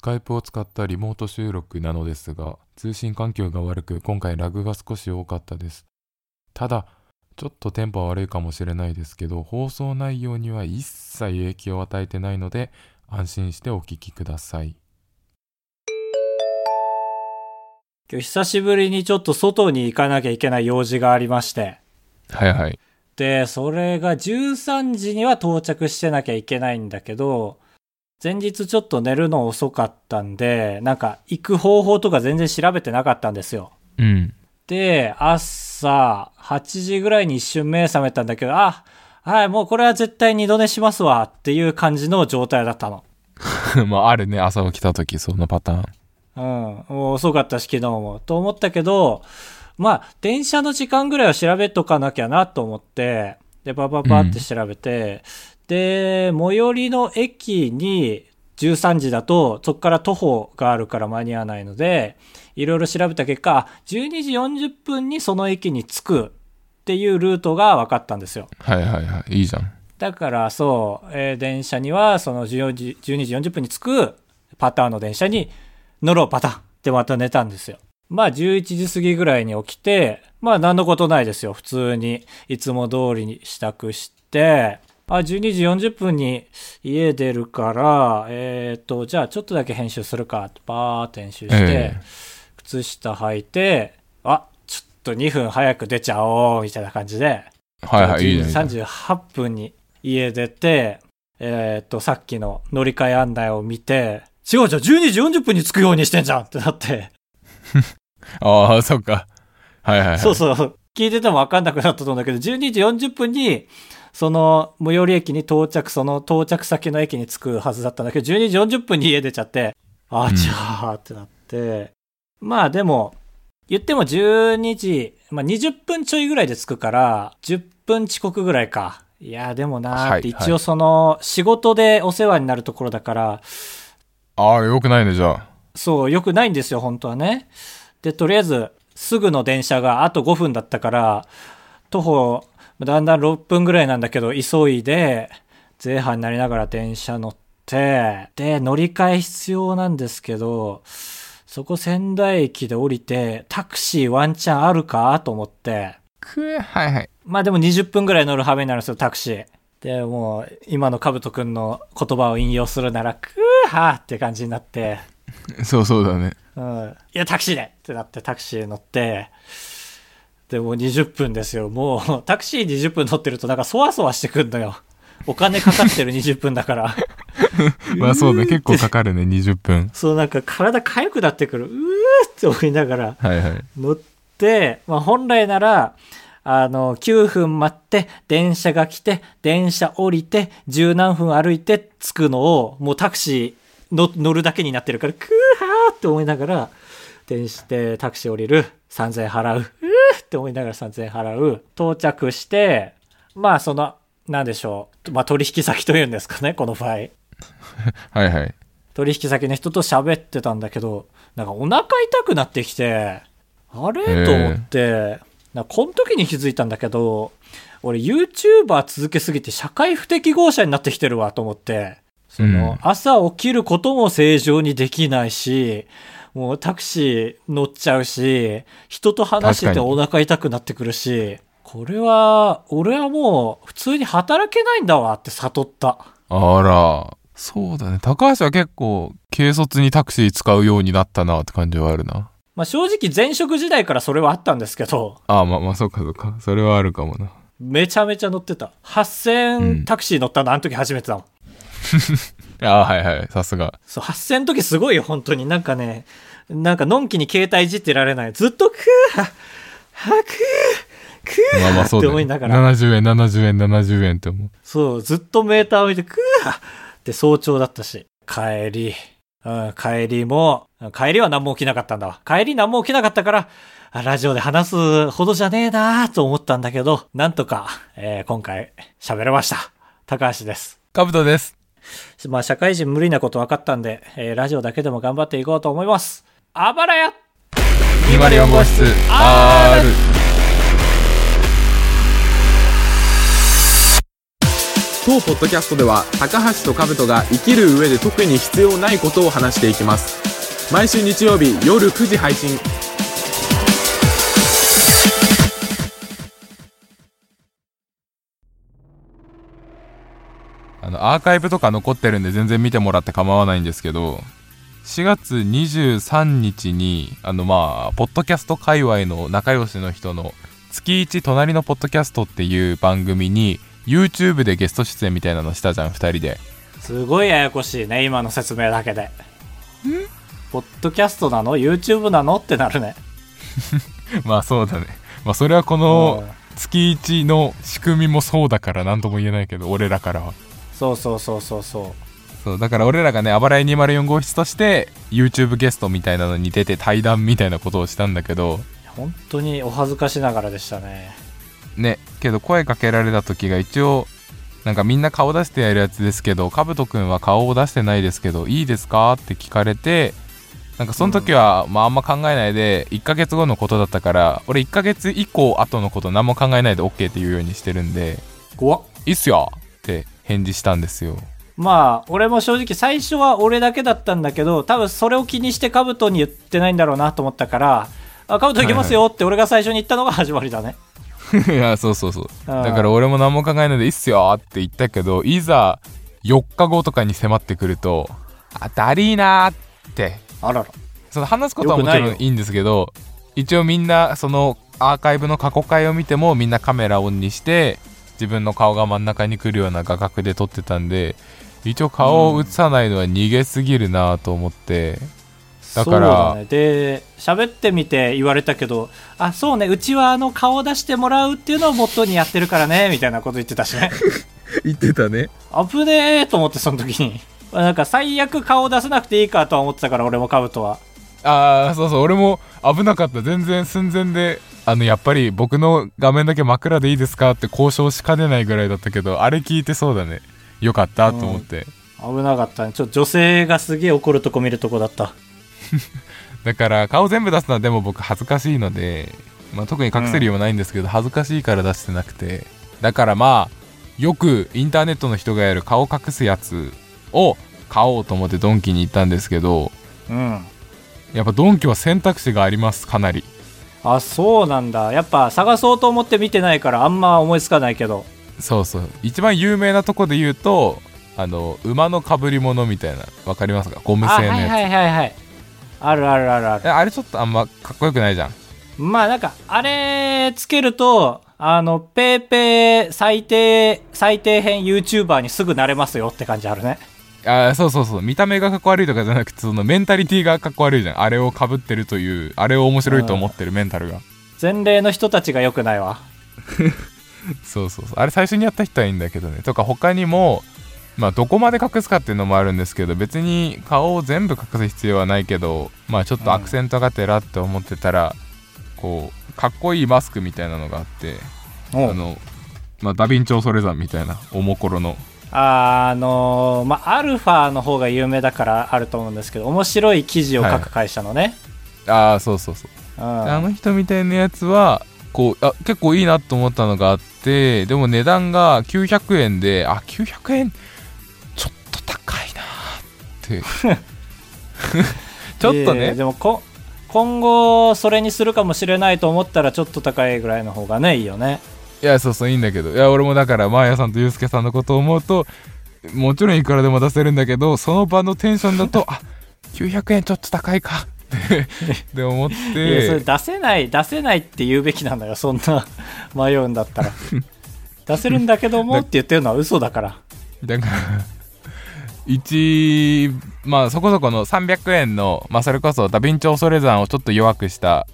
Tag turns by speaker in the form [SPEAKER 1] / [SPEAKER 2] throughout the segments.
[SPEAKER 1] カイプを使ったリモート収録なのですが、通信環境が悪く、今回ラグが少し多かったです。ただ、ちょっとテンポは悪いかもしれないですけど、放送内容には一切影響を与えてないので、安心してお聞きください。
[SPEAKER 2] 今日久しぶりにちょっと外に行かなきゃいけない用事がありまして。
[SPEAKER 1] はいはい。
[SPEAKER 2] で、それが13時には到着してなきゃいけないんだけど、前日ちょっと寝るの遅かったんで、なんか行く方法とか全然調べてなかったんですよ。
[SPEAKER 1] うん。
[SPEAKER 2] で、朝8時ぐらいに一瞬目覚めたんだけど、あ、はい、もうこれは絶対二度寝しますわっていう感じの状態だったの。
[SPEAKER 1] まあ、あるね、朝起きた時、そのパターン。
[SPEAKER 2] うん。もう遅かったし、昨日も。と思ったけど、まあ、電車の時間ぐらいは調べとかなきゃなと思って、で、パパパって調べて、で、最寄りの駅に13時だと、そこから徒歩があるから間に合わないので、いろいろ調べた結果、12時40分にその駅に着くっていうルートが分かったんですよ。
[SPEAKER 1] はいはいはい。いいじゃん。
[SPEAKER 2] だからそう、えー電車にはその14時12時40分に着くパターンの電車に乗ろうパターンってまた寝たんですよ。まあ11時過ぎぐらいに起きて、まあ何のことないですよ。普通にいつも通りに支度して、あ、12時40分に家出るから、えっ、と、じゃあちょっとだけ編集するか、バーって編集して、
[SPEAKER 1] ええ
[SPEAKER 2] 靴下履いて、あ、ちょっと2分早く出ちゃおう、みたいな感じで、
[SPEAKER 1] はいはい、いいじゃんいいじゃん。
[SPEAKER 2] 時38分に家出て、えーっと、さっきの乗り換え案内を見て、違うじゃん、12時40分に着くようにしてんじゃんってなって、
[SPEAKER 1] ああ、そっか。はいはいはい。
[SPEAKER 2] そうそう、聞いてても分かんなくなったと思うんだけど、12時40分に、その、最寄り駅に到着、その到着先の駅に着くはずだったんだけど、12時40分に家出ちゃって、あ
[SPEAKER 1] う
[SPEAKER 2] ー
[SPEAKER 1] ん
[SPEAKER 2] ちゃーってなって、まあでも、言っても12時、まあ20分ちょいぐらいで着くから、10分遅刻ぐらいか。いやーでもなーって、
[SPEAKER 1] はいはい
[SPEAKER 2] 一応その、仕事でお世話になるところだから、
[SPEAKER 1] ああ、よくないね、じゃあ。
[SPEAKER 2] そう、良くないんですよ、本当はね。で、とりあえず、すぐの電車があと5分だったから、徒歩、だんだん6分ぐらいなんだけど、急いで、前半になりながら電車乗って、で、乗り換え必要なんですけど、そこ仙台駅で降りて、タクシーワンチャンあるかと思って、
[SPEAKER 1] くえ、はいはい。
[SPEAKER 2] まあでも20分ぐらい乗る羽目になるんですよ、タクシー。で、もう、今のかぶとくんの言葉を引用するなら、くーはーって感じになって、
[SPEAKER 1] そうそうだね。
[SPEAKER 2] うん、いや、タクシーでってなってタクシー乗って、で、もう20分ですよ。もう、 タクシー20分乗ってるとなんかそわそわしてくんのよ。お金かかってる20分だから。
[SPEAKER 1] まあそうね、結構かかるね、20分。
[SPEAKER 2] そうなんか体痒くなってくる。うーって思いながら
[SPEAKER 1] はいはい。
[SPEAKER 2] 乗って、まあ本来なら、あの、9分待って、電車が来て、電車降りて、十何分歩いて着くのを、もうタクシーの乗るだけになってるから、クーハーって思いながら、電車でタクシー降りる、3000円払う、うーって思いながら3000円払う、到着して、まあその、なんでしょう、まあ取引先というんですかね、この場合。
[SPEAKER 1] はいはい。
[SPEAKER 2] 取引先の人と喋ってたんだけど、なんかお腹痛くなってきて、あ
[SPEAKER 1] へえ
[SPEAKER 2] れと思って、なんかこの時に気づいたんだけど、俺 YouTuber 続けすぎて社会不適合者になってきてるわと思って、その、
[SPEAKER 1] うん
[SPEAKER 2] 朝起きることも正常にできないし、もうタクシー乗っちゃうし、人と話して
[SPEAKER 1] 確
[SPEAKER 2] て
[SPEAKER 1] かに
[SPEAKER 2] お腹痛くなってくるし、これは、俺はもう普通に働けないんだわって悟った。
[SPEAKER 1] あら。そうだね。高橋は結構、軽率にタクシー使うようになったなって感じはあるな。
[SPEAKER 2] まあ、正直前職時代からそれはあったんですけど、
[SPEAKER 1] ああ、まあまあ、そうかそうか。それはあるかもな。
[SPEAKER 2] めちゃめちゃ乗ってた。
[SPEAKER 1] う
[SPEAKER 2] 8000
[SPEAKER 1] ん
[SPEAKER 2] タクシー乗ったの、あの時初めてだもん。
[SPEAKER 1] ああ、はいはい。さすが。
[SPEAKER 2] そう、8000の時すごいよ、本当に。なんかね、なんかのんきに携帯いじってられない。ずっと、くーは、は、くー、くー
[SPEAKER 1] まあまあ
[SPEAKER 2] は
[SPEAKER 1] そ
[SPEAKER 2] っ
[SPEAKER 1] うだ
[SPEAKER 2] て
[SPEAKER 1] よ。
[SPEAKER 2] 思いながら。
[SPEAKER 1] 70円、70円、70円って思う。
[SPEAKER 2] そう、ずっとメーターを見て、くーはって早朝だったし。帰り、うん、帰りも、うん帰りは何も起きなかったんだわ。帰り何も起きなかったから、あラジオで話すほどじゃねえなーと思ったんだけど、なんとか、えー今回喋れました。高橋です。
[SPEAKER 1] カブトです。
[SPEAKER 2] まあ、社会人無理なこと分かったんで、えーラジオだけでも頑張っていこうと思います。あばらや
[SPEAKER 1] 204号室 R。
[SPEAKER 3] 当ポッドキャストでは高橋と兜が生きる上で特に必要ないことを話していきます毎週日曜日夜9時配信
[SPEAKER 1] あのアーカイブとか残ってるんで全然見てもらって構わないんですけど4月23日にあのまあポッドキャスト界隈の仲良しの人の「月一隣のポッドキャスト」っていう番組に YouTube でゲスト出演みたいなのしたじゃん2人です
[SPEAKER 2] ごいややこしいね今の説明だけでポッドキャストなの YouTube なのってなるね
[SPEAKER 1] まあそうだねまあそれはこの月一の仕組みもそうだから何とも言えないけど俺らからは
[SPEAKER 2] そうそうそうそうそ
[SPEAKER 1] そうだから俺らがね「あばらい204号室」として YouTube ゲストみたいなのに出て対談みたいなことをしたんだけど
[SPEAKER 2] う本当にお恥ずかしながらでしたね
[SPEAKER 1] ねけど声かけられた時が一応なんかみんな顔出してやるやつですけどかぶとくんは顔を出してないですけどいいですかって聞かれてなんかその時は、まああんま考えないで1ヶ月後のことだったから俺1ヶ月以降後のこと何も考えないで OK って言うようにしてるんで
[SPEAKER 2] 怖っ
[SPEAKER 1] 「いいっすよ!」って返事したんですよ
[SPEAKER 2] まあ俺も正直最初は俺だけだったんだけど多分それを気にしてカブトに言ってないんだろうなと思ったから「あカブト行きますよ」って俺が最初に言ったのが始まりだね、
[SPEAKER 1] いやそうそうそう
[SPEAKER 2] あー
[SPEAKER 1] だから俺も何も考えないでいいっすよって言ったけどいざ4日後とかに迫ってくるとあだりーなーって
[SPEAKER 2] あらら
[SPEAKER 1] その話すことは
[SPEAKER 2] よ
[SPEAKER 1] も
[SPEAKER 2] くな
[SPEAKER 1] ち
[SPEAKER 2] いよ
[SPEAKER 1] ろんいいんですけど一応みんなそのアーカイブの過去回を見てもみんなカメラオンにして自分の顔が真ん中に来るような画角で撮ってたんで一応顔を映さないのは逃げすぎるなと思って、だから
[SPEAKER 2] そうだねで喋ってみて言われたけど「あそうねうちはあの顔出してもらうっていうのを元にやってるからね」みたいなこと言ってたしね
[SPEAKER 3] 言ってたね
[SPEAKER 2] 危ねえと思ってその時になんか最悪顔出さなくていいかとは思ってたから俺もカブトは
[SPEAKER 1] ああそうそう俺も危なかった全然寸前であのやっぱり僕の画面だけ枕でいいですかって交渉しかねないぐらいだったけどあれ聞いてそうだねよかったと思って、
[SPEAKER 2] 危なかったねちょっと女性がすげえ怒るとこ見るとこだった
[SPEAKER 1] だから顔全部出すのはでも僕恥ずかしいので、まあ、特に隠せるようないんですけど、恥ずかしいから出してなくてだからまあよくインターネットの人がやる顔隠すやつを買おうと思ってドンキに行ったんですけど
[SPEAKER 2] うん
[SPEAKER 1] やっぱドンキは選択肢がありますかなり
[SPEAKER 2] あそうなんだやっぱ探そうと思って見てないからあんま思いつかないけど
[SPEAKER 1] そうそう一番有名なとこで言うとあの馬のかぶり物みたいなわかりますかゴム
[SPEAKER 2] あは
[SPEAKER 1] 製
[SPEAKER 2] い
[SPEAKER 1] のやつあ,、
[SPEAKER 2] はいはいはいあるあるあるある
[SPEAKER 1] れちょっとあんまかっこよくないじゃん
[SPEAKER 2] まあなんかあれつけるとあのペーペー最低最低編 YouTuber にすぐなれますよって感じあるね
[SPEAKER 1] あーそうそうそう見た目がかっこ悪いとかじゃなくてそのメンタリティーがかっこ悪いじゃんあれをかぶってるというあれを面白いと思ってるメンタルが
[SPEAKER 2] 前例の人たちが良くないわ
[SPEAKER 1] そうそうそうあれ最初にやった人はいいんだけどねとか他にもまあどこまで隠すかっていうのもあるんですけど別に顔を全部隠す必要はないけどまあちょっとアクセントがてらって思ってたら、こうかっこいいマスクみたいなのがあって
[SPEAKER 2] お
[SPEAKER 1] あの、まあ、ダヴィンチョウソレザンみたいなおもころの
[SPEAKER 2] ああのーまあアルファの方が有名だからあると思うんですけど面白い記事を書く会社のね、
[SPEAKER 1] ああそうそうそう、あ
[SPEAKER 2] うん
[SPEAKER 1] の人みたいなやつはこうあ結構いいなと思ったのがあってでも値段が900円であ900円ちょっと高いな ーってちょっと
[SPEAKER 2] いやい
[SPEAKER 1] ね
[SPEAKER 2] やでもこ今後それにするかもしれないと思ったらちょっと高いぐらいの方がねいいよね
[SPEAKER 1] いやそうそういいんだけどいや俺もだからマーヤさんとユースケさんのことを思うともちろんいくらでも出せるんだけどその場のテンションだとあ900円ちょっと高いか ってで思っ
[SPEAKER 2] いやそれ
[SPEAKER 1] て
[SPEAKER 2] 出せない出せないって言うべきなのよそんな 迷うんだったら出せるんだけどもって言ってるのは嘘だから
[SPEAKER 1] だから 一まあそこそこの300円の、まあ、それこそダヴィンチョウソレザンをちょっと弱くした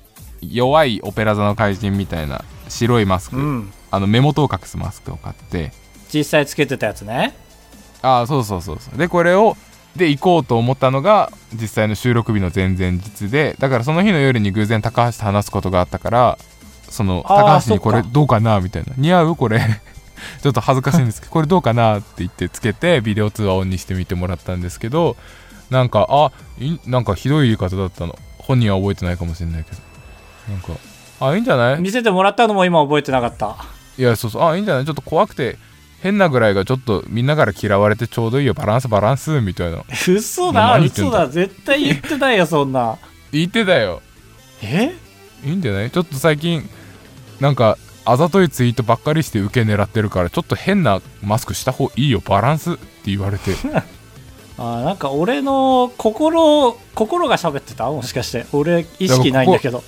[SPEAKER 1] 弱いオペラ座の怪人みたいな白いマスク、
[SPEAKER 2] うん
[SPEAKER 1] あの目元を隠すマスクを買って
[SPEAKER 2] 実際つけてたやつね
[SPEAKER 1] ああそうそうそうそうでこれをで行こうと思ったのが実際の収録日の前々日でだからその日の夜に偶然高橋と話すことがあったからその
[SPEAKER 2] あー
[SPEAKER 1] 高橋に「
[SPEAKER 2] そっ
[SPEAKER 1] こ
[SPEAKER 2] か
[SPEAKER 1] れどうかな?」みたいな「似合うこれ」 ちょっと恥ずかしいんですけど「これどうかな?」って言ってつけてビデオ通話をオンにしてみてもらったんですけどなんかあいなんかひどい言い方だったの本人は覚えてないかもしれないけどなんか「あいいんじゃない?」
[SPEAKER 2] 見せてもらったのも今覚えてなかった
[SPEAKER 1] いやそうそうあいいんじゃないちょっと怖くて変なぐらいがちょっとみんなから嫌われてちょうどいいよバランスバランスみたいな
[SPEAKER 2] 嘘
[SPEAKER 1] もう
[SPEAKER 2] だ
[SPEAKER 1] 何言ってん
[SPEAKER 2] 嘘
[SPEAKER 1] だ
[SPEAKER 2] だ絶対言ってないよそんな
[SPEAKER 1] 言ってたよ
[SPEAKER 2] え
[SPEAKER 1] いいんじゃないちょっと最近なんかあざといツイートばっかりして受け狙ってるからちょっと変なマスクした方いいよバランスって言われて
[SPEAKER 2] あーなんか俺の心心が喋ってたもしかして俺意識ないんだけど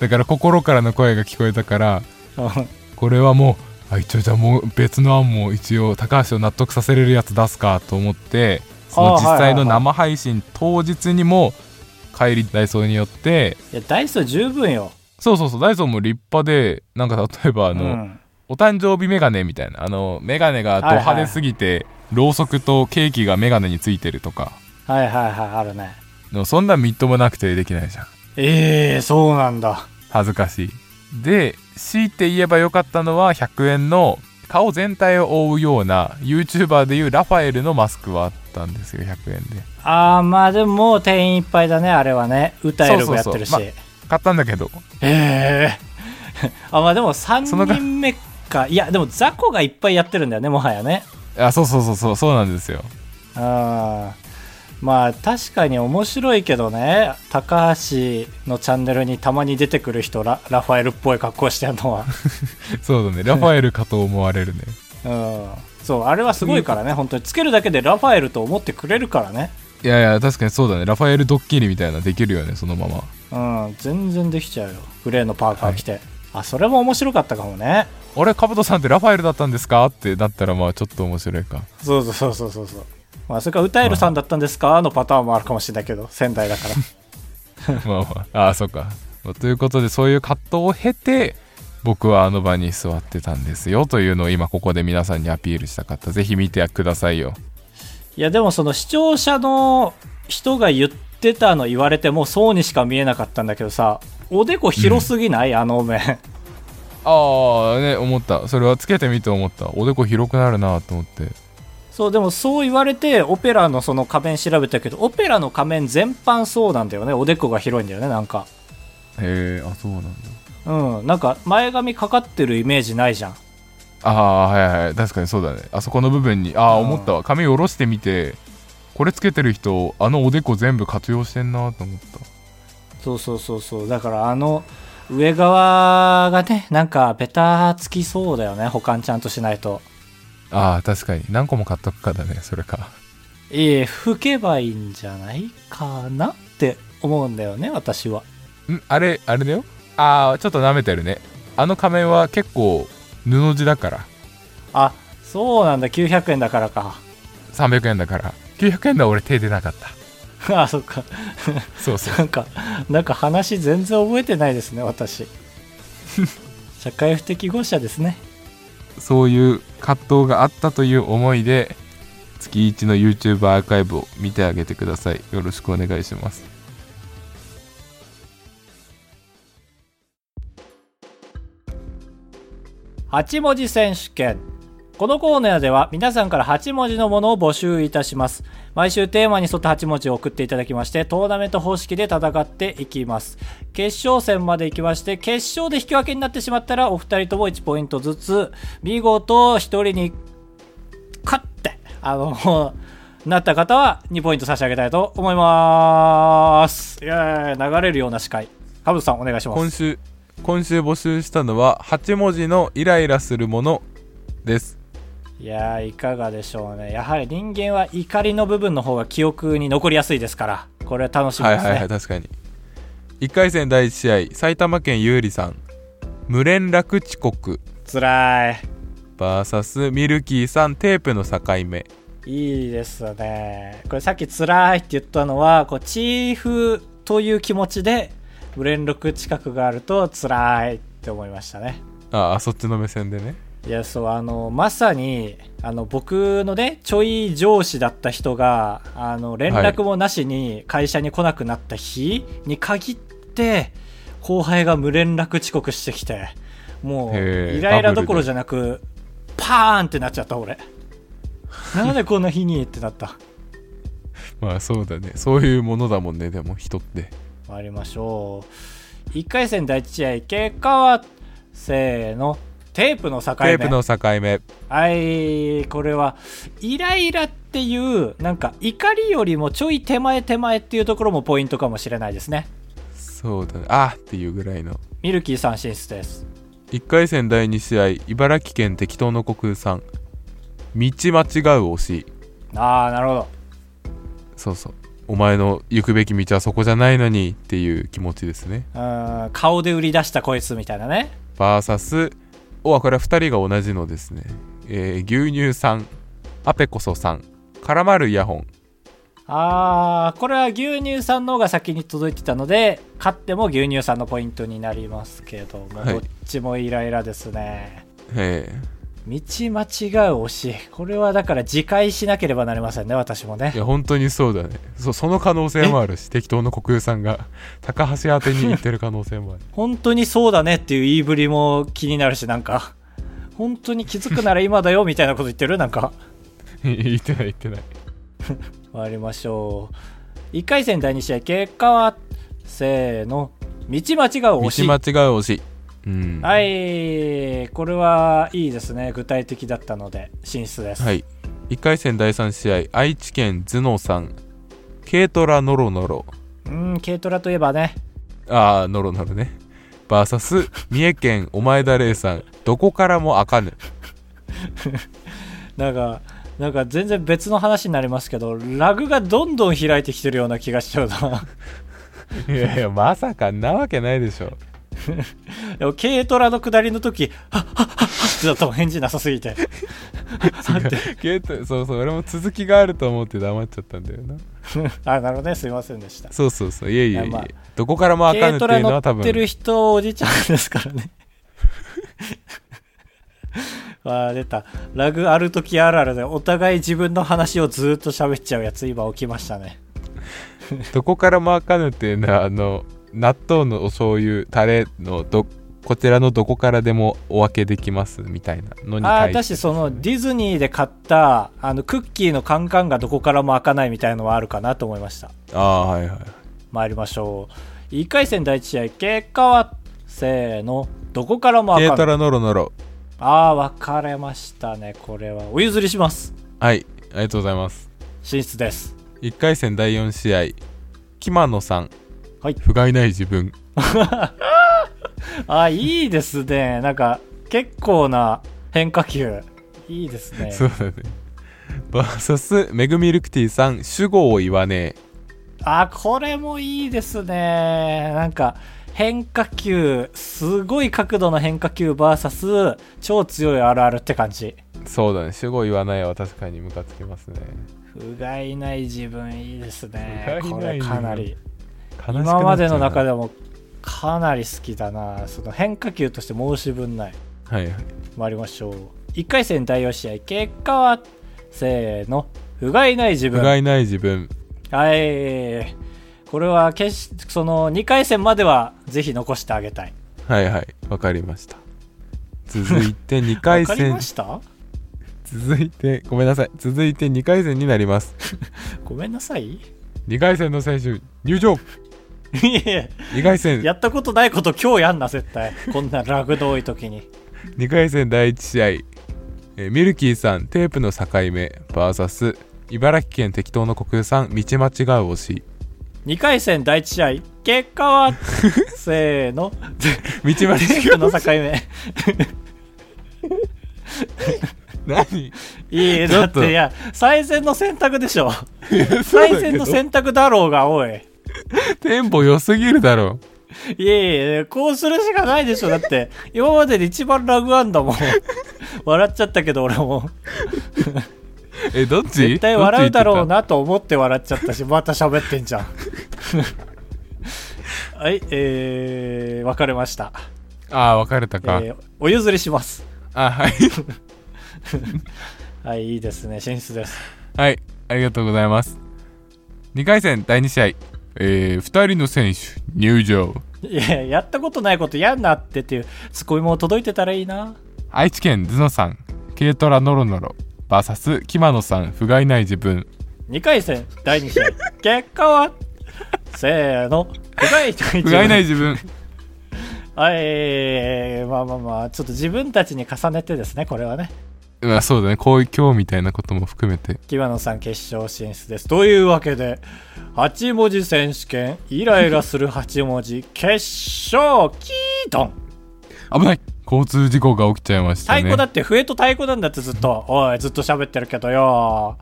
[SPEAKER 1] だから心からの声が聞こえたから
[SPEAKER 2] うん
[SPEAKER 1] これはもうあ一応じゃあもう別の案も一応高橋を納得させれるやつ出すかと思ってその
[SPEAKER 2] あー
[SPEAKER 1] 実際の
[SPEAKER 2] はいはいはい
[SPEAKER 1] 生配信当日にも帰りダイソーによって
[SPEAKER 2] いやダイソー十分よ
[SPEAKER 1] そうそうそうダイソーも立派でなんか例えばあ
[SPEAKER 2] あ
[SPEAKER 1] の、お誕生日メガネみたいなあのメガネがド派手すぎて、ろうそくとケーキがメガネについてるとか
[SPEAKER 2] はいはいはいあるね
[SPEAKER 1] でもそんなんみっともなくてできないじゃん
[SPEAKER 2] ええそうなんだ
[SPEAKER 1] 恥ずかしいで強いて言えばよかったのは100円の顔全体を覆うような YouTuber でいうラファエルのマスクはあったんですよ100円で
[SPEAKER 2] ああまあでももう店員いっぱいだねあれはね歌えるもやってるし
[SPEAKER 1] そうそうそう買ったんだけど
[SPEAKER 2] ええ あまあでも
[SPEAKER 1] その
[SPEAKER 2] 3
[SPEAKER 1] が
[SPEAKER 2] 人目かいやでも雑魚がいっぱいやってるんだよねもはやね
[SPEAKER 1] あそうそうそうそうそうなんですよ
[SPEAKER 2] うんまあ確かに面白いけどね高橋のチャンネルにたまに出てくる人ララファエルっぽい格好してるの は、
[SPEAKER 1] そうだねラファエルかと思われるね
[SPEAKER 2] うん、そうあれはすごいからね本当につけるだけでラファエルと思ってくれるからね
[SPEAKER 1] いやいや確かにそうだねラファエルドッキリみたいなのできるよねそのまま
[SPEAKER 2] うん全然できちゃうよグレーのパーカー着て、あそれも面白かったかもね
[SPEAKER 1] あれカブトさんってラファエルだったんですかってなったらまあちょっと面白い か
[SPEAKER 2] そうそうそうそうそうそうまあそれから歌えるさんだったんですかのパターンもあるかもしれないけど仙台だから
[SPEAKER 1] まあまあああそうか、まあということでそういう葛藤を経て僕はあの場に座ってたんですよというのを今ここで皆さんにアピールしたかったぜひ見てくださいよ
[SPEAKER 2] いやでもその視聴者の人が言ってたの言われてもそうにしか見えなかったんだけどさおでこ広すぎない、あの面
[SPEAKER 1] ああね思ったそれはつけてみて思ったおでこ広くなるなと思って
[SPEAKER 2] そうでもそう言われてオペラのその仮面調べたけどオペラの仮面全般そうなんだよねおでこが広いんだよねなんか
[SPEAKER 1] へえあそうなんだ
[SPEAKER 2] うんなんか前髪かかってるイメージないじゃん
[SPEAKER 1] ああはいはい確かにそうだねあそこの部分にああ
[SPEAKER 2] うん
[SPEAKER 1] 思ったわ髪下ろしてみてこれつけてる人あのおでこ全部活用してんなと思った
[SPEAKER 2] そうそうそうそうだからあの上側がねなんかベタつきそうだよね保管ちゃんとしないと
[SPEAKER 1] ああ確かに何個も買っとくかだねそれか
[SPEAKER 2] ええ拭けばいいんじゃないかなって思うんだよね私は
[SPEAKER 1] んあれあれだよああちょっと舐めてるねあの仮面は結構布地だから
[SPEAKER 2] あそうなんだ900円だからか
[SPEAKER 1] 300円だから900円だ俺手出なかった
[SPEAKER 2] あそっか
[SPEAKER 1] そうそう
[SPEAKER 2] なんかなんか話全然覚えてないですね私 社会不適合者ですね
[SPEAKER 1] そういう葛藤があったという思いで月一の YouTube アーカイブを見てあげてくださいよろしくお願いします
[SPEAKER 2] 8文字選手権このコーナーでは皆さんから8文字のものを募集いたします毎週テーマに沿った8文字を送っていただきましてトーナメント方式で戦っていきます決勝戦まで行きまして決勝で引き分けになってしまったらお二人とも1ポイントずつ見事1人に勝ってあのなった方は2ポイント差し上げたいと思いますいや流れるような司会カブトさんお願いします
[SPEAKER 1] 今週今週募集したのは8文字のイライラするものです
[SPEAKER 2] いやーいかがでしょうねやはり人間は怒りの部分の方が記憶に残りやすいですからこれは楽しみ
[SPEAKER 1] はい
[SPEAKER 2] ですね、
[SPEAKER 1] はいはい確かに1回戦第1試合埼玉県優里さん無連絡遅刻
[SPEAKER 2] つらい
[SPEAKER 1] VS ミルキーさんテープの境目
[SPEAKER 2] いいですねこれさっきつらいって言ったのはこうチーフという気持ちで無連絡近くがあるとつらいって思いましたね
[SPEAKER 1] ああそっちの目線でね
[SPEAKER 2] いやそうあのまさにあの僕のねちょい上司だった人があの連絡もなしに会社に来なくなった日に限って後輩が無連絡遅刻してきても
[SPEAKER 1] へ
[SPEAKER 2] う
[SPEAKER 1] ー
[SPEAKER 2] イライ
[SPEAKER 1] ダブル
[SPEAKER 2] ラ
[SPEAKER 1] で
[SPEAKER 2] どころじゃなくパーンってなっちゃっ た俺なんでこんな日にってなった
[SPEAKER 1] まあそうだねそういうものだもんねでも人って
[SPEAKER 2] 参りましょう1回戦第1試合結果はせーのテープの境
[SPEAKER 1] テ
[SPEAKER 2] 目
[SPEAKER 1] ープの境目
[SPEAKER 2] はいこれはイライラっていうなんか怒りよりもちょい手前手前っていうところもポイントかもしれないですね
[SPEAKER 1] そうだねあーっていうぐらいの
[SPEAKER 2] ミルキーさん進出です
[SPEAKER 1] 1回戦第2試合茨城県適当の国産道間違う推し
[SPEAKER 2] ああなるほど
[SPEAKER 1] そうそうお前の行くべき道はそこじゃないのにっていう気持ちですね
[SPEAKER 2] うーん顔で売り出したこいつみたいなね
[SPEAKER 1] VS おこれは2人が同じのですね、えー牛乳さんアペコソさん絡まるイヤホン
[SPEAKER 2] あーこれは牛乳さんの方が先に届いてたので勝っても牛乳さんのポイントになりますけども、
[SPEAKER 1] はい
[SPEAKER 2] どっちもイライラですね
[SPEAKER 1] え
[SPEAKER 2] 道間違う推しこれはだから自戒しなければなりませんね私も
[SPEAKER 1] ーい
[SPEAKER 2] ね
[SPEAKER 1] や本当にそうだねそその可能性もあるし適当の国有さんが高橋宛てに行ってる可能性もあ る
[SPEAKER 2] 本当にそうだねっていう言いぶりも気になるしなんか本当に気づくなら今だよみたいなこと言ってるなん か
[SPEAKER 1] 言ってない言ってない
[SPEAKER 2] 参りましょう1回戦第2試合結果はせーの道間違
[SPEAKER 1] 道間違
[SPEAKER 2] う
[SPEAKER 1] う
[SPEAKER 2] 推し
[SPEAKER 1] 推しうん
[SPEAKER 2] はいこれはいいですね具体的だったので進出です、
[SPEAKER 1] はい、1回戦第3試合愛知県頭脳さん軽トラノロノロ
[SPEAKER 2] うん軽トラといえばね
[SPEAKER 1] ああノロノロね VS 三重県お前だれいさんどこからもあかぬ
[SPEAKER 2] なんか、なんか全然別の話になりますけど、ラグがどんどん開いてきてるような気がしちゃうな。
[SPEAKER 1] いやいやまさかなわけないでしょ
[SPEAKER 2] でも軽トラの下りの時、はっはっはっはってだったもん返事なさすぎて。
[SPEAKER 1] 軽トそうそう俺も続きがあると思って黙っちゃったんだよな
[SPEAKER 2] あ、なるほどね、すいませんでした。
[SPEAKER 1] そうそうそういえいえいえ、
[SPEAKER 2] いやまあ
[SPEAKER 1] どこからもあかぬ
[SPEAKER 2] 軽
[SPEAKER 1] って
[SPEAKER 2] ト
[SPEAKER 1] い
[SPEAKER 2] ラ
[SPEAKER 1] うのは多
[SPEAKER 2] 乗っ
[SPEAKER 1] 分
[SPEAKER 2] てる人、おじちゃんですからね。 あー出たラグある時あるあるでお互い自分の話をずーっと喋っちゃうやつ今起きましたね
[SPEAKER 1] どこからもあかぬっていうのはあの納豆のお醤油タレのどこちらのどこからでもお分けできますみたいなのに
[SPEAKER 2] ああ
[SPEAKER 1] 対して
[SPEAKER 2] 私そのディズニーで買ったあのクッキーのカンカンがどこからも開かないみたいのはあるかなと思いました
[SPEAKER 1] ああはいはい
[SPEAKER 2] 参りましょう1回戦第1試合結果はせーのどこからも
[SPEAKER 1] 軽
[SPEAKER 2] 分か
[SPEAKER 1] ト
[SPEAKER 2] る
[SPEAKER 1] ラノロノロ
[SPEAKER 2] ああ分かれましたねこれはお譲りします
[SPEAKER 1] はいありがとうございます
[SPEAKER 2] 進出です
[SPEAKER 1] 1回戦第4試合キマノさん
[SPEAKER 2] はい
[SPEAKER 1] 不甲斐ない自分
[SPEAKER 2] ああいいですねなんか結構な変化球いいですね
[SPEAKER 1] そうだね VS メグミルクティーさん主語を言わね
[SPEAKER 2] あこれもいいですねなんか変化球すごい角度の変化球 VS 超強いあるあるって感じ
[SPEAKER 1] えそうだね主語言わないは確かにムカつきますね
[SPEAKER 2] 不甲斐ない自分いいですね
[SPEAKER 1] 不甲
[SPEAKER 2] こ
[SPEAKER 1] 斐ない
[SPEAKER 2] れ
[SPEAKER 1] 自分
[SPEAKER 2] かなり
[SPEAKER 1] 悲しくなっちゃうな
[SPEAKER 2] 今までの中でもかなり好きだなその変化球として申し分ない
[SPEAKER 1] はいはい
[SPEAKER 2] 参りましょう1回戦第4試合結果はせーの不甲斐ない自
[SPEAKER 1] 不甲
[SPEAKER 2] 分
[SPEAKER 1] 斐ない自分
[SPEAKER 2] はいこれは決しその2回戦まではぜひ残してあげたい
[SPEAKER 1] はいはいわかりました続い て2回
[SPEAKER 2] わかり
[SPEAKER 1] 戦
[SPEAKER 2] ました
[SPEAKER 1] 続いてごめんなさい続いて2回戦になります
[SPEAKER 2] ごめんなさいい
[SPEAKER 1] 2回戦の選手入場
[SPEAKER 2] え
[SPEAKER 1] 2回戦
[SPEAKER 2] やったことないこと今日やんな絶対こんなラグの多い時に
[SPEAKER 1] 2回戦第1試合、えーミルキーさんテープの境目 VS 茨城県適当の国有さん道間違う推し
[SPEAKER 2] 2回戦第1試合結 果はせー
[SPEAKER 1] 道
[SPEAKER 2] の
[SPEAKER 1] 間違
[SPEAKER 2] テー
[SPEAKER 1] う
[SPEAKER 2] プの境目
[SPEAKER 1] 何
[SPEAKER 2] いい
[SPEAKER 1] ちょっ
[SPEAKER 2] だっ
[SPEAKER 1] と
[SPEAKER 2] ていや最善の選択でしょ最善の選択だろうがおい
[SPEAKER 1] テンポ良すぎるだろ
[SPEAKER 2] いやいやこうするしかないでしょだ って今までで一番ラグあんだもん笑っちゃったけど俺も
[SPEAKER 1] えどっち
[SPEAKER 2] 絶対笑うだろう
[SPEAKER 1] な
[SPEAKER 2] なと思って笑っちゃったしまた喋ってん じゃんはいえー、別れました、
[SPEAKER 1] ああ別れた
[SPEAKER 2] え
[SPEAKER 1] か、
[SPEAKER 2] ー、お譲りします
[SPEAKER 1] あはい
[SPEAKER 2] はいいいですね進出です
[SPEAKER 1] はいありがとうございます2回戦第2試合えー、2人の選手入場
[SPEAKER 2] いややったことないことやんなってっていうツッコミも届いてたらいいな
[SPEAKER 1] 愛知県頭脳さん軽トラノロノロ VS キマノさん不甲斐ない自分
[SPEAKER 2] 2回戦第2試合 結果はせーの不甲斐ない
[SPEAKER 1] 不甲斐ない自分
[SPEAKER 2] あえー、まあまあまあ、ちょっと自分たちに重ねてですね、これはね。
[SPEAKER 1] まあそうだねこういう今日みたいなことも含めて
[SPEAKER 2] キワノさん決勝進出です。というわけで、8文字選手権、イライラする8文字、決勝、キートン
[SPEAKER 1] 危ない交通事故が起きちゃいました
[SPEAKER 2] 太
[SPEAKER 1] ね
[SPEAKER 2] 鼓だって、笛と太鼓なんだってずっと。おい、ずっと喋ってるけどよ。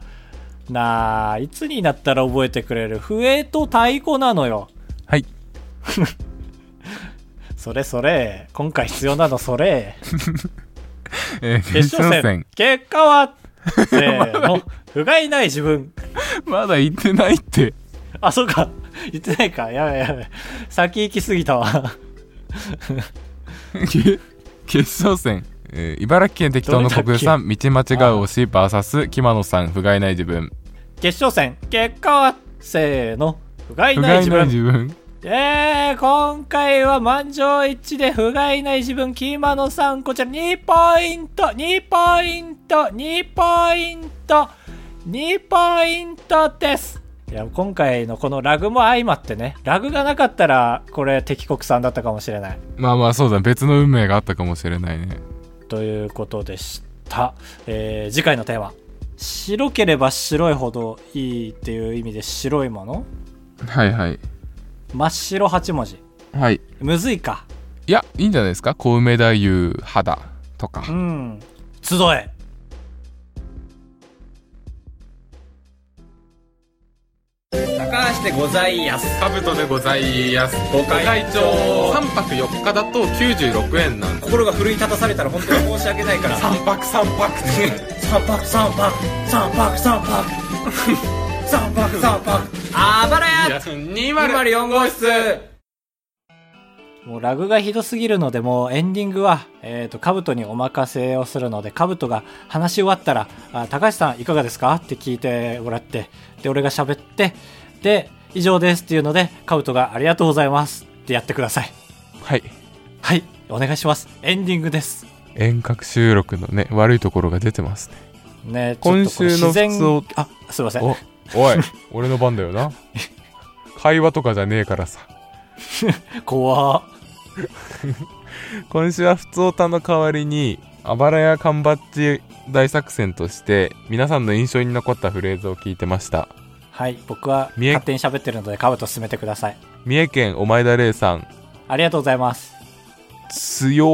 [SPEAKER 2] なあ、いつになったら覚えてくれる笛と太鼓なのよ。
[SPEAKER 1] はい
[SPEAKER 2] それそれ、今回必要なのそれ。
[SPEAKER 1] えー
[SPEAKER 2] 決
[SPEAKER 1] 決
[SPEAKER 2] 勝
[SPEAKER 1] 勝
[SPEAKER 2] 戦
[SPEAKER 1] 戦、
[SPEAKER 2] 結果は、せーの、不甲斐ない自分。
[SPEAKER 1] まだ行ってないって
[SPEAKER 2] あ、そうか。 言ってないか。やべやべ。先行きすぎたわ。
[SPEAKER 1] け決勝戦、えー茨城県適当の国分さん道間違う推し VS 木間野さん不甲斐ない自分
[SPEAKER 2] 決勝戦、結果は、せーの、不甲斐
[SPEAKER 1] 不甲
[SPEAKER 2] ない
[SPEAKER 1] 斐
[SPEAKER 2] 自
[SPEAKER 1] ない
[SPEAKER 2] 分。
[SPEAKER 1] 自分
[SPEAKER 2] えー、今回は満場一致で不甲斐ない自分、キーマノさん、こちら2ポイント、2ポイント、2ポイント、2ポイントです。いや、今回のこのラグも相まってね、ラグがなかったら、これ敵国産だったかもしれない。
[SPEAKER 1] まあまあそうだ別の運命があったかもしれないね
[SPEAKER 2] ということでした、えー次回のテーマ白ければ白いほどいいっていう意味で白いもの
[SPEAKER 1] はいはい
[SPEAKER 2] 真っ白8文字
[SPEAKER 1] はい
[SPEAKER 2] むずいか
[SPEAKER 1] いやいいんじゃないですか小梅太夫肌とか
[SPEAKER 2] うん集え
[SPEAKER 3] 高橋でございやすカブトでございやす
[SPEAKER 4] ご会長
[SPEAKER 3] 3泊4日だと96円なんです
[SPEAKER 4] 心が奮い立たされたら本当に申し訳ないから三泊三泊 三泊三泊三泊三 泊三泊三泊あばらや204号室
[SPEAKER 2] もうラグがひどすぎるのでもうエンディングは、えー、とカブトにお任せをするのでカブトが話し終わったら「あ高橋さんいかがですか?」って聞いてもらってで俺が喋ってで「以上です」っていうのでカブトが「ありがとうございます」ってやってください
[SPEAKER 1] はい
[SPEAKER 2] はいお願いしますエンディングです
[SPEAKER 1] 遠隔収録のね悪いところが出てますね
[SPEAKER 2] ね、
[SPEAKER 1] 今
[SPEAKER 2] ちょっとこれ
[SPEAKER 1] 週の
[SPEAKER 2] 自然
[SPEAKER 1] 普通を
[SPEAKER 2] あすいません
[SPEAKER 1] おおい俺の番だよ な会話とかじゃねえからさ
[SPEAKER 2] 怖っ
[SPEAKER 1] 今週は普通歌の代わりにあばらや缶バッジ大作戦として皆さんの印象に残ったフレーズを聞いてました
[SPEAKER 2] はい僕は
[SPEAKER 1] 三重
[SPEAKER 2] 勝手に喋ってるのでカブト進めてください
[SPEAKER 1] 三重県お前田玲さん
[SPEAKER 2] ありがとうございます
[SPEAKER 1] 強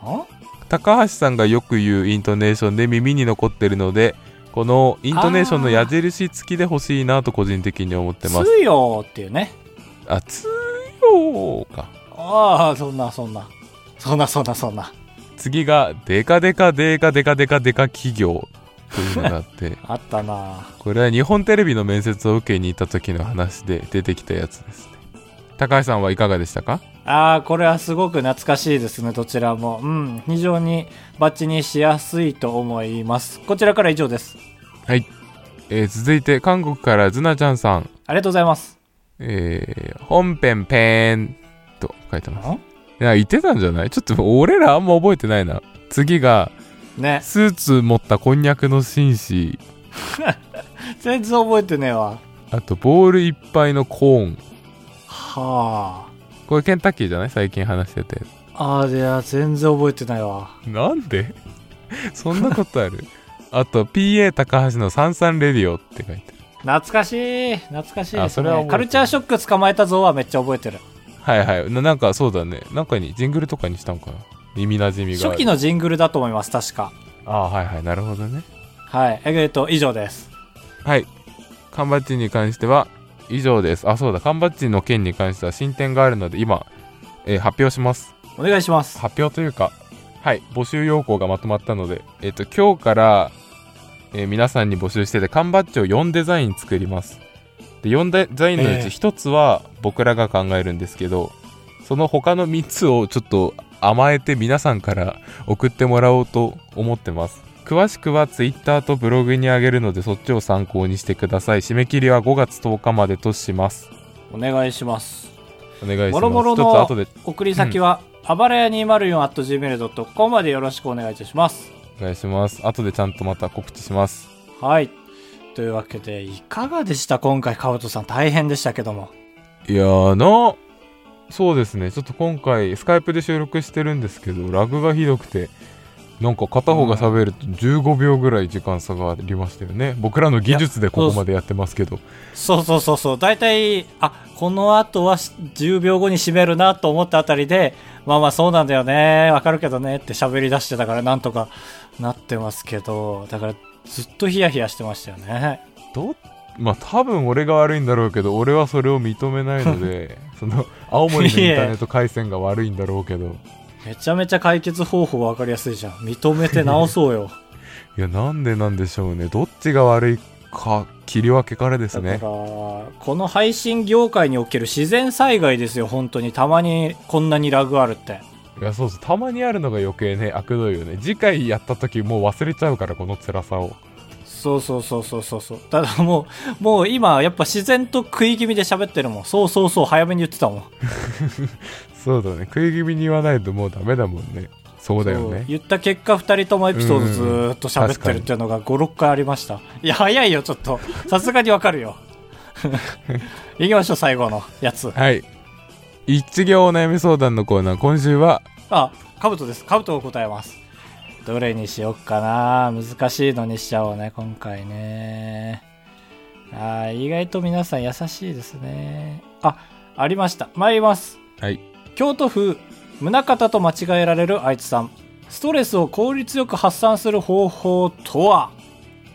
[SPEAKER 1] ー高橋さんがよく言うイントネーションで耳に残ってるのでこのイントネーションの矢印付きで欲しいなと個人的に思ってます
[SPEAKER 2] 強よっていうね
[SPEAKER 1] あ強ーか
[SPEAKER 2] ああそんなそんなそんなそんなそんな
[SPEAKER 1] 次がデカデカデカデカデカデカ企業というのがあって
[SPEAKER 2] あったな
[SPEAKER 1] これは日本テレビの面接を受けに行った時の話で出てきたやつですね高橋さんはいかがでしたか
[SPEAKER 2] ああこれはすごく懐かしいですねどちらもうん非常にバッチにしやすいと思いますこちらから以上です
[SPEAKER 1] はい、えー続いて韓国からズナちゃんさん、
[SPEAKER 2] ありがとうございます
[SPEAKER 1] えー本編ペーンと書いてます
[SPEAKER 2] ん
[SPEAKER 1] いや言ってたんじゃないちょっと俺らあんま覚えてないな次が
[SPEAKER 2] ね
[SPEAKER 1] スーツ持ったこんにゃくの紳士
[SPEAKER 2] 全然覚えてねえわ
[SPEAKER 1] あとボールいっぱいのコーン
[SPEAKER 2] は
[SPEAKER 1] これケンタッキーじゃない最近話してて
[SPEAKER 2] あああいや全然覚えてないわ
[SPEAKER 1] なんでそんなことあるあと PA 高橋の「サンサンレディオ」って書いて
[SPEAKER 2] 懐かしい懐かしい
[SPEAKER 1] あ
[SPEAKER 2] です
[SPEAKER 1] それは覚え
[SPEAKER 2] ね
[SPEAKER 1] てる
[SPEAKER 2] カルチャーショック捕まえたぞはめっちゃ覚えてる
[SPEAKER 1] あるはいはいななんかそうだねなんかにジングルとかにしたんかな耳なじみがある
[SPEAKER 2] 初期のジングルだと思います確か
[SPEAKER 1] ああはいはいなるほどね
[SPEAKER 2] はいええっと以上です
[SPEAKER 1] はい缶バッジに関しては以上ですあそうだ缶バッジの件に関しては進展があるので今、えー発表します
[SPEAKER 2] お願いします
[SPEAKER 1] 発表というかはい募集要項がまとまったのでえっ、と今日から、えー皆さんに募集してて缶バッジを4デザイン作りますで4デザインのう
[SPEAKER 2] ええ
[SPEAKER 1] ち1つは僕らが考えるんですけど、その他の3つをちょっと甘えて皆さんから送ってもらおうと思ってます詳しくは Twitter とブログにあげるのでそっちを参考にしてください締め切りは5月10日までとします
[SPEAKER 2] お願いします
[SPEAKER 1] お願いします
[SPEAKER 2] もろもろ
[SPEAKER 1] 一つ
[SPEAKER 2] の
[SPEAKER 1] 後で
[SPEAKER 2] 送り先は、あばらや 204.gmail.com までよろしくお願いいたします
[SPEAKER 1] お願いします後でちゃんとまた告知します
[SPEAKER 2] はいというわけでいかがでした今回カウトさん大変でしたけども
[SPEAKER 1] いやーなそうですねちょっと今回スカイプで収録してるんですけどラグがひどくてなんか片方が喋ると15秒ぐらい時間差がありましたよね僕らの技術でここまでやってますけど
[SPEAKER 2] そうそうそうそう大体あこの後はし10秒後に締めるなと思ったあたりでまあまあそうなんだよねわかるけどねって喋り出してたからなんとかなってますけどだからずっとヒヤヒヤしてましたよね
[SPEAKER 1] どまあ多分俺が悪いんだろうけど俺はそれを認めないのでその青森のインターネット回線が悪いんだろうけど
[SPEAKER 2] めちゃめちゃ解決方法わかりやすいじゃん認めて直そうよ
[SPEAKER 1] いやなんでなんでしょうねどっちが悪いか切り分けからです
[SPEAKER 2] だから
[SPEAKER 1] ね
[SPEAKER 2] この配信業界における自然災害ですよ本当にたまにこんなにラグあるって
[SPEAKER 1] いやそうそうたまにあるのが余計ね悪どいよね次回やった時もう忘れちゃうからこの辛さを
[SPEAKER 2] そうそうそうそうそうそうただもうもう今やっぱ自然と食い気味で喋ってるもんそうそうそう早めに言ってたもん
[SPEAKER 1] そうだね食い気味に言わないともうダメだもんねそうだよ
[SPEAKER 2] そう
[SPEAKER 1] ね
[SPEAKER 2] 言った結果2人ともエピソードずーっと喋ってるっていうのが56回ありましたいや早いよちょっとさすがにわかるよ 行きましょう最後のやつ
[SPEAKER 1] はい一行お悩み相談のコーナー今週は
[SPEAKER 2] あカブトですカブトを答えますどれにしよっかな難しいのにしちゃおうね今回ねあー意外と皆さん優しいですねあありました参ります
[SPEAKER 1] はい
[SPEAKER 2] 京都府宗像と間違えられるあいつさんストレスを効率よく発散する方法とは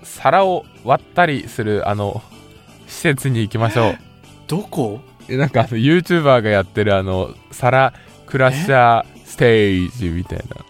[SPEAKER 1] 皿を割ったりするあの施設に行きましょう
[SPEAKER 2] どこ
[SPEAKER 1] えなんかあの YouTuber がやってるあの皿クラッシャーステージみたいな